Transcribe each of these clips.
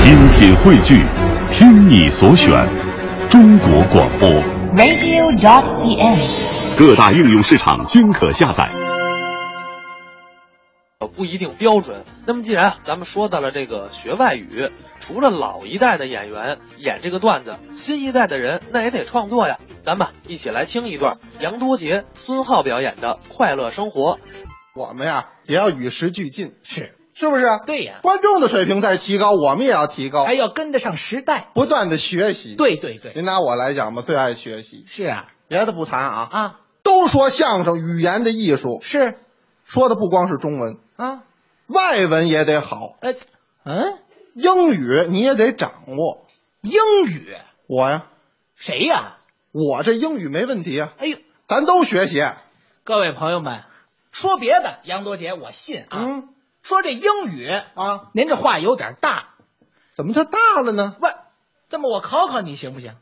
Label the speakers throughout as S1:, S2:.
S1: 精品汇聚，听你所选，中国广播。
S2: radio.cn。
S1: 各大应用市场均可下载。
S3: 呃不一定标准。那么既然咱们说到了这个学外语，除了老一代的演员演这个段子，新一代的人那也得创作呀。咱们啊一起来听一段杨多杰、孙浩表演的《快乐生活》。
S4: 我们呀也要与时俱进，
S5: 是，
S4: 是不是？
S5: 对呀
S4: 观众的水平在提高，我们也要提高，
S5: 还要跟得上时代。
S4: 不断的学习。，
S5: 对对对，
S4: 您拿我来讲吧，最爱学习，
S5: 是啊
S4: 别的不谈啊，
S5: 啊
S4: 都说相声语言的艺术，
S5: 是
S4: 说的不光是中文，
S5: 啊，
S4: 外文也得好，
S5: 呃嗯，
S4: 英语你也得掌握。
S5: 英语
S4: 我呀，
S5: 谁呀？
S4: 我这英语没问题啊，
S5: 哎呦，
S4: 咱都学习。
S5: 啊各位朋友们，说别的，杨多杰我信啊。
S4: 嗯
S5: 说这英语
S4: 啊，
S5: 您这话有点大，
S4: 怎么就大了呢？
S5: 不，这么我考考你行不行？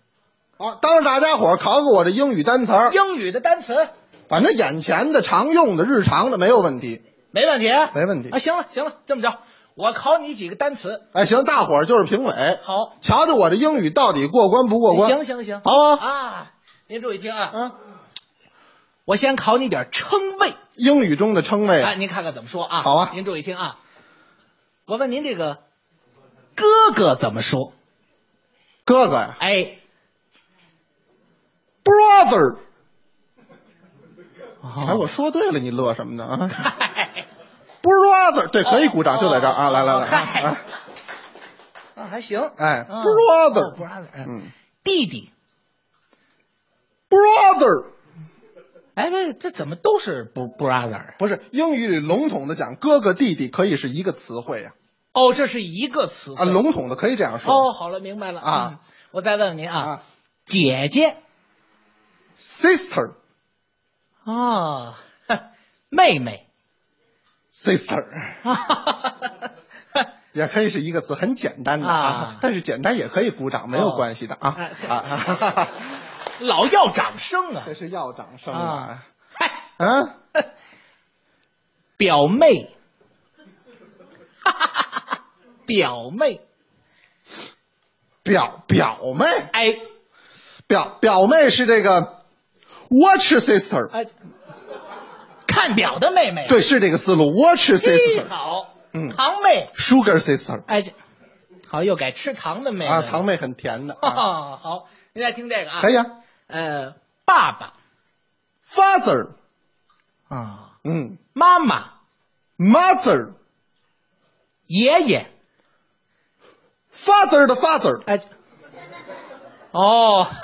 S4: 啊，当着大家伙儿考考我这英语单词儿，
S5: 英语的单词
S4: 反正眼前的、常用的、日常的没有问题。
S5: 没问题，
S4: 没问题
S5: 啊。行了行了，这么着，我考你几个单词。
S4: 哎，行，大伙儿就是评委，
S5: 好，
S4: 瞧着我这英语到底过关不过关？
S5: 行，行行，
S4: 好啊。
S5: 啊，您注意听啊，
S4: 啊，
S5: 我先考你点称谓。
S4: 英语中的称谓
S5: 哎，
S4: 啊，
S5: 您看看怎么说啊？
S4: 好啊
S5: 您注意听啊。我问您这个“哥哥”怎么说？
S4: 哥哥呀
S5: 哎，
S4: ，brother。
S5: 哎
S4: 哎，我说对了，你乐什么呢？ 啊
S5: 嗨，
S4: ，brother，对，可以鼓掌，就在这儿啊，来来来
S5: 哦
S4: 啊，
S5: 嗨
S4: 啊，
S5: 啊，还行。
S4: 哎
S5: 嗯
S4: ，brother
S5: 哦，brother，嗯
S4: 嗯，
S5: 弟弟。
S4: ，brother，
S5: 哎，不是，这怎么都是不 brother？啊
S4: 不是英语里笼统的讲，哥哥弟弟可以是一个词汇呀，
S5: 哦，这是一个词
S4: 啊，
S5: 汇。
S4: 笼统的可以这样说。
S5: 哦，好了，明白了
S4: 啊。
S5: 嗯我再问问您啊
S4: 啊，
S5: 姐姐
S4: ，sister，sister，
S5: 哦， 哼妹妹
S4: 也可以是一个词，很简单的
S5: 啊
S4: 但是简单也可以鼓掌，没有
S5: 哦
S4: 关系的啊
S5: 哎
S4: 啊啊哈哈哈，
S5: 老要掌声啊
S4: 这！是要掌声
S5: 啊
S4: 啊，，
S5: 嗨。
S4: 啊，
S5: 表妹， 表妹，
S4: 表表妹，
S5: 哎
S4: 表表妹是这个 watch sister，
S5: 哎，看表的妹妹，
S4: 对，是这个思路，watch
S5: 嘿
S4: sister，sugar
S5: 好，
S4: 嗯
S5: 堂妹，
S4: sister，
S5: 哎，这好又改吃糖的妹妹
S4: 啊，
S5: 了
S4: 堂妹很甜的，啊、
S5: 哦， 好，您再听这个啊，
S4: 可以啊
S5: 呃，爸爸
S4: ，father，
S5: 啊，
S4: 嗯
S5: 妈妈，
S4: ，mother，father
S5: 爷爷，
S4: 的 father，
S5: 哎，这哦。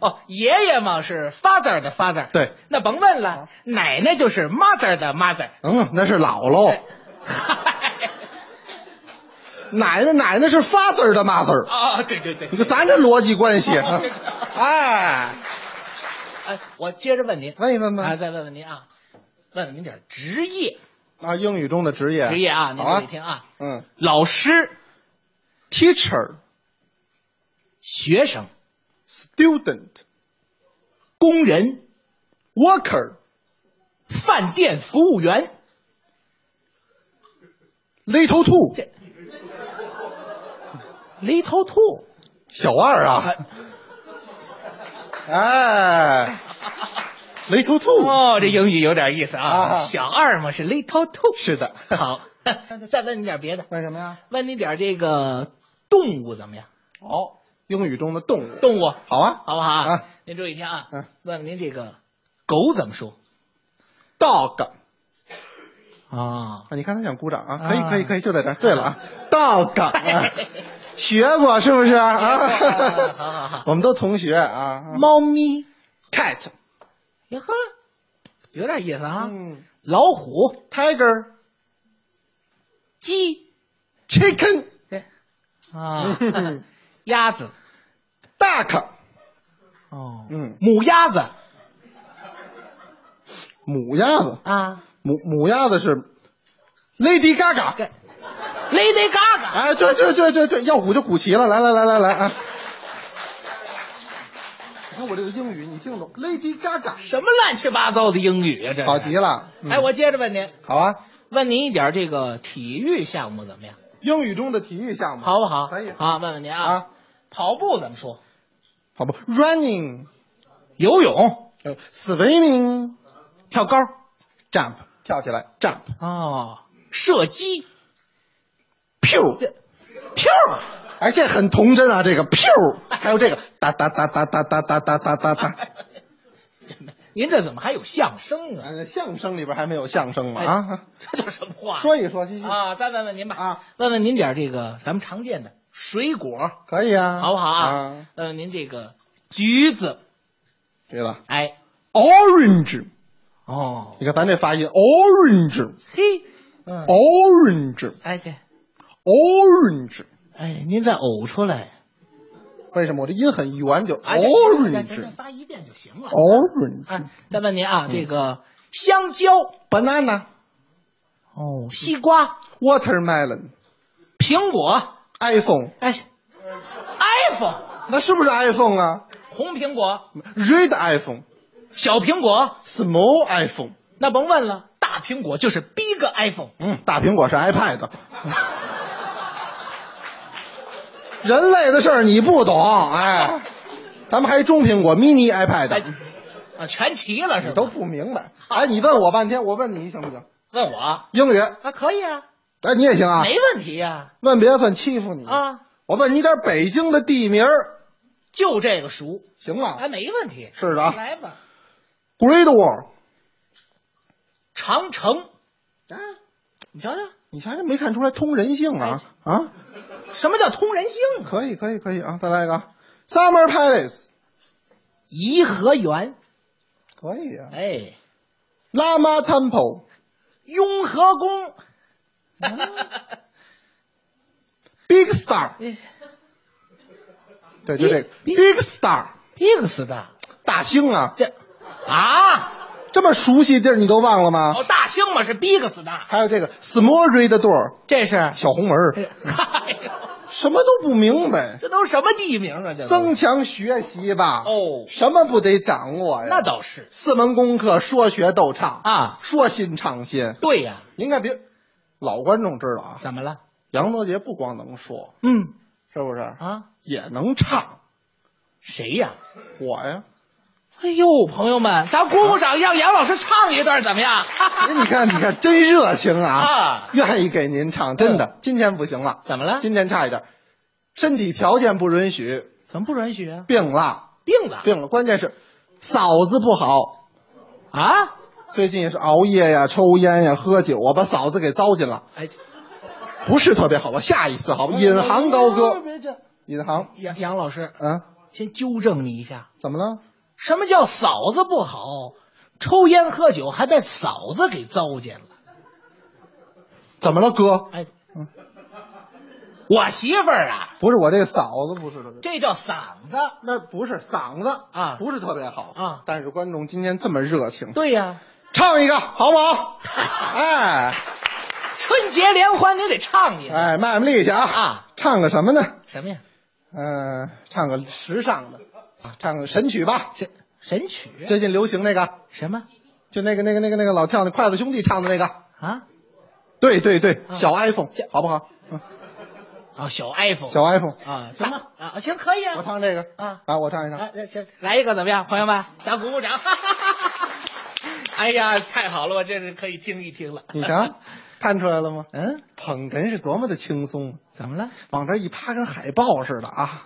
S5: 哦，爷爷嘛是 father 的 father，
S4: 对，哦
S5: 那甭问了，奶奶就是 mother 的 mother，
S4: 嗯，那是姥
S5: 哎
S4: 姥，
S5: 嗨，
S4: 哦 奶奶奶奶是 father 的 mother，
S5: 啊，对对对
S4: 你，看咱这逻辑关系，啊
S5: 哦这
S4: 哎，
S5: 哎，我接着问您，
S4: 问一问
S5: 啊，
S4: 吧，
S5: 再问问您啊，问问您点儿职业，
S4: 啊，英语中的职业，
S5: 职业啊，您
S4: 好
S5: 注意，
S4: 啊
S5: 听啊，
S4: 嗯
S5: 老师、
S4: ，teacher，student，
S5: 学生、工人、
S4: worker，
S5: 饭店服务员，
S4: little two，
S5: 这雷头兔，
S4: 小二啊，哎，little two，
S5: 啊哦，这英语有点意思啊，
S4: 啊
S5: 小二嘛是雷头兔，
S4: 是的
S5: 好， 再问您点儿别的，
S4: 问什么呀？
S5: 问您点儿这个动物怎么样？
S4: 哦，英语中的动物，
S5: 动物
S4: 好啊
S5: 好不好啊
S4: 啊？
S5: 您注意听啊，
S4: 嗯
S5: 问问您这个狗怎么说
S4: ，dog
S5: 啊？
S4: 啊，你看他想鼓掌啊，
S5: 啊，
S4: 可以可以可以，就在这儿。对了啊，dog 啊学过是不是啊？
S5: 学过好好好
S4: 我们都同学啊。
S5: 猫咪，
S4: cat，
S5: 哟呵，有点意思啊。
S4: 嗯
S5: 老虎、
S4: ，tiger，
S5: 鸡
S4: chicken，
S5: 哎 啊
S4: 嗯，
S5: 鸭子
S4: duck，
S5: 哦，
S4: 嗯，
S5: 母鸭子
S4: 母鸭子，
S5: 啊
S4: 母母鸭子是 Lady Gaga。
S5: 对，Lady Gaga，
S4: 哎，对对对对对，要鼓就鼓齐了，来来来来来啊！你看我这个英语，你听懂？Lady Gaga，
S5: 什么乱七八糟的英语啊？这是
S4: 好极了！嗯
S5: 哎，我接着问您，
S4: 好啊，
S5: 问您一点这个体育项目怎么样？
S4: 英语中的体育项目，
S5: 好不好？
S4: 可以
S5: 好，问问您嗯啊，
S4: 啊
S5: 跑步怎么说？
S4: 好不？Running，
S5: 游泳
S4: 呃，swimming，
S5: 跳高
S4: ，jump，跳起来，jump，
S5: 哦，射击
S4: ，pew，
S5: 票
S4: 哎，这很童真啊，这个 pew，还有这个哒哒哒哒哒哒哒哒哒哒哒。
S5: 您这怎么还有相声啊？
S4: 呃，相声里边还没有相声吗？
S5: 哎
S4: 啊，
S5: 这叫什么话？
S4: 说一说，继续
S5: 啊，再问问您吧
S4: 啊，
S5: 问问您点儿这个咱们常见的水果
S4: 可以啊，
S5: 好不好
S4: 啊
S5: 啊？？问问您这个橘子，
S4: 对了
S5: 哎，
S4: ，orange，
S5: 哦，
S4: 你看咱这发音，orange，orange，orange，orange。
S5: 嘿，嗯，哎这，哎，您再呕出来，
S4: 为什么我这音很圆就
S5: 哎这这这
S4: orange
S5: 发一遍就行了。
S4: orange
S5: 哎，再问您啊，这个香蕉，
S4: banana
S5: 哦，西瓜，
S4: watermelon
S5: 苹果，
S4: iPhone
S5: 哎，iPhone，
S4: 那是不是 iPhone 啊
S5: 红苹果，
S4: ？Red iPhone
S5: 小苹果，
S4: small iPhone
S5: 那甭问了，大苹果就是 Big iPhone。
S4: 嗯，大苹果是 iPad。人类的事儿你不懂，哎，咱们还中苹果 mini
S5: 哎
S4: iPad，，
S5: 啊，全齐了是吧？
S4: 你都不明白。哎，你问我半天，我问你行不行？
S5: 问我啊，
S4: 英语，
S5: 可以啊，
S4: 哎，你也行啊。
S5: 没问题呀、
S4: 问别分欺负你
S5: 啊，！
S4: 我问你点北京的地名儿，
S5: 就这个熟，
S4: 行吗
S5: 哎，？没问题。
S4: 是的啊
S5: 来吧，
S4: ，Great Wall。
S5: 长城，
S4: 啊，
S5: 你瞧瞧，
S4: 你瞧这没看出来通人性啊
S5: 哎
S4: 啊！
S5: 什么叫通人性啊？
S4: 可以可以可以啊，再来一个，Summer Palace。
S5: 颐和园，
S4: 可以啊
S5: 哎，
S4: ，Lama Temple。
S5: 雍和宫，嗯
S4: Big Star，
S5: 哎
S4: 对，就这个
S5: Big-
S4: Big Star，
S5: 病死的，
S4: 大兴啊，
S5: 这啊，
S4: 这么熟悉地儿你都忘了吗？
S5: 哦，大兴嘛是逼个死的，
S4: 还有这个 Small Red Door，
S5: 这是，
S4: 小红门
S5: 哎
S4: 儿，
S5: 嗨呦，
S4: 什么都不明白，
S5: 这都什么地名啊？这都
S4: 增强学习吧。
S5: 哦
S4: 什么不得掌握呀？
S5: 那倒是
S4: 四门功课，说学逗唱
S5: 啊
S4: 说新唱新。
S5: 对呀、
S4: 您看别，老观众知道啊，
S5: 怎么了？
S4: 杨多杰不光能说，
S5: 嗯
S4: 是不是？
S5: 啊，
S4: 也能唱。
S5: 谁呀、
S4: 我 呀，
S5: 哎呦，朋友们，咱鼓鼓掌，让杨老师唱一段怎么样？
S4: 您哎你看，你看，真热情啊！
S5: 啊，嗯
S4: 愿意给您唱，真的。今天不行了。
S5: 怎么了？
S4: 今天差一点，身体条件不允许，
S5: 怎么不允许啊？
S4: 病了，
S5: 病了
S4: 病了，关键是嫂子不好，
S5: 啊？
S4: 最近也是熬夜呀、抽烟呀、喝酒啊，把嫂子给糟践了，
S5: 哎，
S4: 不是特别好吧？下一次好吧？引吭高歌，
S5: 别这，
S4: 引吭，
S5: 杨杨老师，呃
S4: 嗯，
S5: 先纠正你一下，
S4: 怎么了？
S5: 什么叫嫂子不好？抽烟喝酒还被嫂子给糟践了。
S4: 怎么了，哥？
S5: 哎，我媳妇儿啊，
S4: 不是我这嫂子不是特别，
S5: 这叫嗓子。
S4: 那不是嗓子
S5: 啊
S4: 不是特别好
S5: 啊
S4: 但是观众今天这么热情，
S5: 对呀、
S4: 唱一个好不 好？哎
S5: 春节联欢你得唱一个、
S4: 哎，卖卖力气啊！
S5: 啊，
S4: 唱个什么呢？
S5: 什么呀？
S4: 嗯，唱个时尚的啊，唱个神曲吧。
S5: 神神曲
S4: 最近流行那个，
S5: 什么
S4: 就那个那个那个那个老跳那筷子兄弟唱的那个。
S5: 啊？
S4: 对对对，
S5: 啊
S4: 小 iPhone
S5: 小
S4: 好不好？嗯，
S5: 哦，小 iPhone
S4: 小 iPhone，
S5: 啊，
S4: 行
S5: 吧啊，行可以啊，
S4: 我唱这个
S5: 啊
S4: 啊，我唱一唱。
S5: 啊，那行，来一个怎么样，朋友们？咱鼓鼓掌！ 哎呀，太好了，我这是可以听一听了。
S4: 你瞧，看出来了吗？
S5: 嗯，
S4: 捧哏是多么的轻松，啊
S5: 怎么了？
S4: 往这一趴跟海豹似的啊！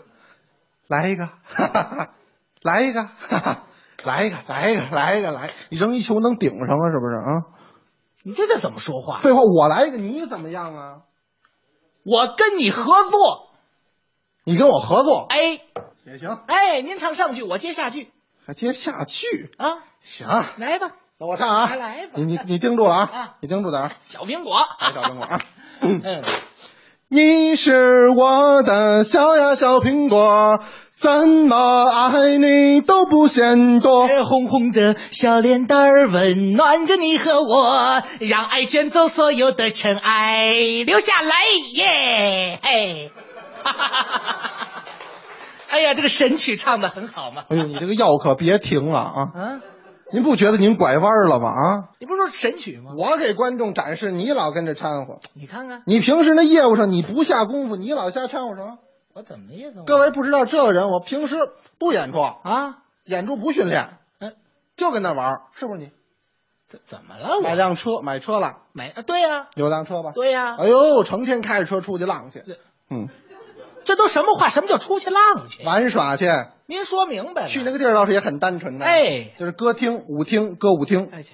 S4: 来一个， 哈哈哈，来一个， 哈哈，来一个，来一个，来一个，来！你扔一球能顶上啊？是不是啊？
S5: 你这叫怎么说话？
S4: 废话，我来一个，你怎么样啊？
S5: 我跟你合作，
S4: 你跟我合作
S5: 哎
S4: 也行，
S5: 哎，您唱上句，我接下句
S4: 还接下句。
S5: 啊，
S4: 行，
S5: 来吧，
S4: 那我唱啊，
S5: 来吧
S4: 你你你盯住了啊
S5: 啊，
S4: 你盯 住点儿啊，
S5: 小苹果，
S4: 来小苹 果啊。
S5: 嗯，
S4: 你是我的小呀小苹果，怎么爱你都不嫌多。
S5: 这红红的小脸蛋儿温暖着你和我，让爱卷走所有的尘埃，留下来耶！ 嘿，哈哈哈哈哎呀，这个神曲唱的很好嘛。
S4: 哎呦，你这个药可别停了啊！
S5: 啊，
S4: 您不觉得您拐弯了吗？啊，
S5: 你不是说神曲吗？
S4: 我给观众展示，你老跟着掺和。
S5: 你看看
S4: 你平时那业务上你不下功夫，你老瞎掺和什么？
S5: 我怎么的意思？
S4: 各位不知道这个人，我平时不演出，
S5: 啊，
S4: 演出不训练，
S5: 哎，
S4: 就跟那玩儿，是不是你？
S5: 怎怎么了？
S4: 买
S5: 我
S4: 辆车，买车了，
S5: 买啊，对呀、
S4: 有辆车吧？
S5: 哦对呀、
S4: 哎呦，成天开着车出去浪去
S5: 对，
S4: 嗯，
S5: 这都什么话？什么叫出去浪去？
S4: 玩耍去，
S5: 您说明白了。
S4: 去那个地儿倒是也很单纯的，
S5: 哎
S4: 就是歌厅、舞厅、歌舞厅，
S5: 哎去，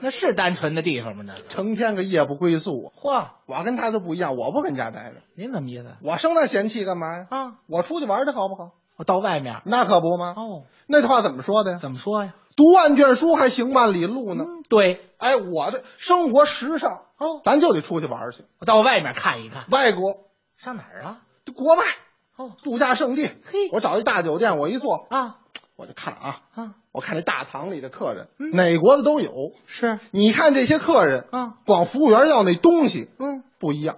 S5: 那是单纯的地方吗？那个
S4: 成天个夜不归宿。
S5: 嚯，
S4: 我跟他都不一样，我不跟家待着，
S5: 您怎么意思
S4: 我生那嫌弃干嘛呀？
S5: 啊？
S4: 我出去玩去好不好？
S5: 我到外面
S4: 那可不吗？
S5: 哦，
S4: 那话怎么说的呀？
S5: 怎么说呀？
S4: 读万卷书还行万里路呢。
S5: 嗯，对，
S4: 哎，我的生活时尚
S5: 哦
S4: 咱就得出去玩去，
S5: 我到外面看一看，
S4: 外国、
S5: 上哪儿啊？
S4: 国外
S5: 哦
S4: 度假胜地。
S5: 嘿
S4: 我找一大酒店，我一坐，
S5: 啊
S4: 我就看啊，
S5: 啊，
S4: 我看这大堂里的客人，
S5: 嗯
S4: 哪国的都有。
S5: 是
S4: 你看这些客人，
S5: 啊，
S4: 光服务员要那东西
S5: 嗯，
S4: 不一样。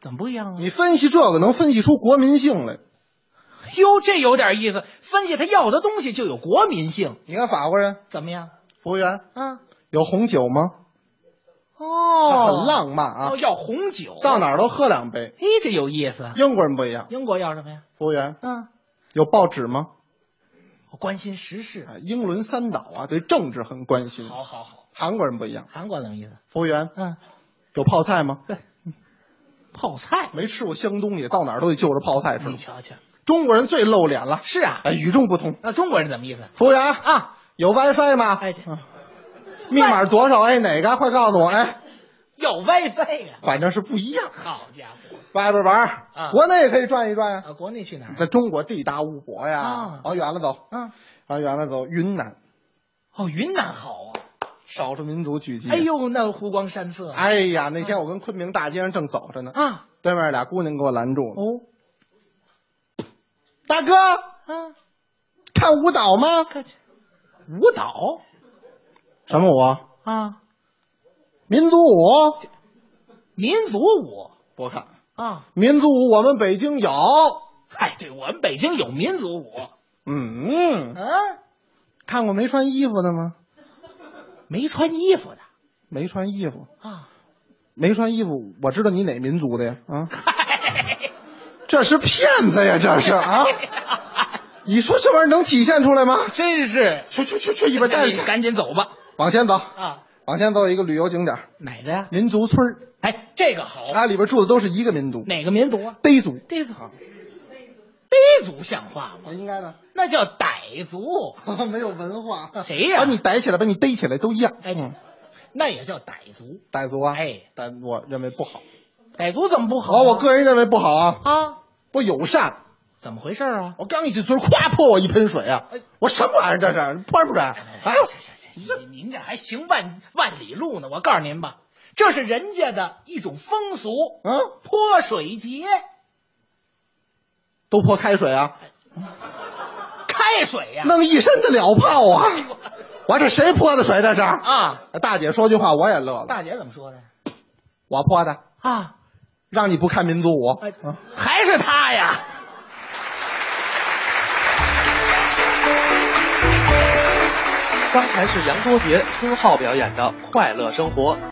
S5: 怎么不一样啊？
S4: 你分析这个，能分析出国民性来。
S5: 哟，这有点意思。分析他要的东西就有国民性，
S4: 你看法国人，
S5: 怎么样？
S4: 服务员
S5: 啊，
S4: 有红酒吗？
S5: 哦，
S4: 很浪漫啊
S5: 哦，，要红酒，
S4: 到哪儿都喝两杯。
S5: 嘿，这有意思。
S4: 英国人不一样，
S5: 英国要什么呀？
S4: 服务员
S5: 嗯，
S4: 有报纸吗？
S5: 我关心时事。
S4: 啊，英伦三岛啊，对政治很关心。
S5: 好好好，
S4: 韩国人不一样，
S5: 韩国怎么意思？
S4: 服务员
S5: 嗯，
S4: 有泡菜吗？
S5: 泡菜，
S4: 没吃过香东西，到哪儿都得就着泡菜
S5: 你
S4: 吃。
S5: 瞧瞧，
S4: 中国人最露脸了，
S5: 是啊。
S4: 哎，与众不同。
S5: 那中国人怎么意思？
S4: 服务员，
S5: 啊，
S4: 有 WiFi 吗？
S5: 哎这
S4: 啊密码多少？哎，哪个？快告诉我！哎，
S5: 要 WiFi 呀、
S4: 反正是不一样。
S5: 好家伙！
S4: 外边玩儿
S5: 啊
S4: 国内也可以转一转呀。
S5: 啊，国内去哪儿？
S4: 在中国地大物博呀
S5: 啊，
S4: 往远了走，
S5: 嗯，
S4: 往远了走，云南
S5: 哦，云南好啊！
S4: 少数民族聚集。
S5: 哎，呦，那湖光山色啊！
S4: 哎呀，那天我跟昆明大街上正走着呢，
S5: 啊
S4: 对面俩姑娘给我拦住了。
S5: 哦
S4: 大哥，
S5: 啊，
S4: 看舞蹈吗？
S5: 看去
S4: 舞蹈？什么舞？
S5: 啊，
S4: 民族舞？
S5: 民族舞
S4: 不看
S5: 啊！
S4: 民族舞，我们北京有。
S5: 哎，对我们北京有民族舞
S4: 嗯，
S5: 啊，
S4: 看过没穿衣服的吗？
S5: 没穿衣服的
S4: 没穿衣服，
S5: 啊，
S4: 没穿衣服，我知道你哪民族的呀？啊， 这是骗子呀，这是 啊！你说这玩意儿能体现出来吗？
S5: 真是
S4: 去去去去，一边待着去，
S5: 赶紧走吧
S4: 往前走，
S5: 啊！
S4: 往前走一个旅游景点儿
S5: 哪个呀？
S4: 民族村儿，
S5: 哎，这个好，
S4: 它里边住的都是一个民族，
S5: 哪个民族啊？
S4: 傱族，
S5: 傱族，傱族像话吗？
S4: 哦应该的。
S5: 那叫傣族，
S4: 没有文化
S5: 谁呀
S4: 把你逮起来，把你逮起来都一样。
S5: 哎，
S4: 嗯
S5: 那也叫傣族。
S4: 傣族啊，
S5: 哎，
S4: 但我认为不好。
S5: 傣族怎么不好啊、
S4: 好，我个人认为不好啊，
S5: 啊，
S4: 不友善。
S5: 怎么回事啊？
S4: 我刚一进村，咵泼我一盆水啊
S5: 哎！
S4: 我什么玩意儿这是？泼不然？哎呦，
S5: 行行行，您这还行万万里路呢。我告诉您吧，这是人家的一种风俗，
S4: 嗯，
S5: 泼水节、
S4: 都泼开水啊，
S5: 开水哎呀、哎
S4: 弄一身的了泡啊！我这谁泼的水？这是？
S5: 啊，
S4: 大姐说句话，我也乐了。
S5: 大姐怎么说的？
S4: 我泼的，
S5: 啊，
S4: 让你不看民族舞
S5: 哎，
S4: 嗯
S5: 还是他呀。
S3: 刚才是杨多杰、孙浩表演的《快乐生活》。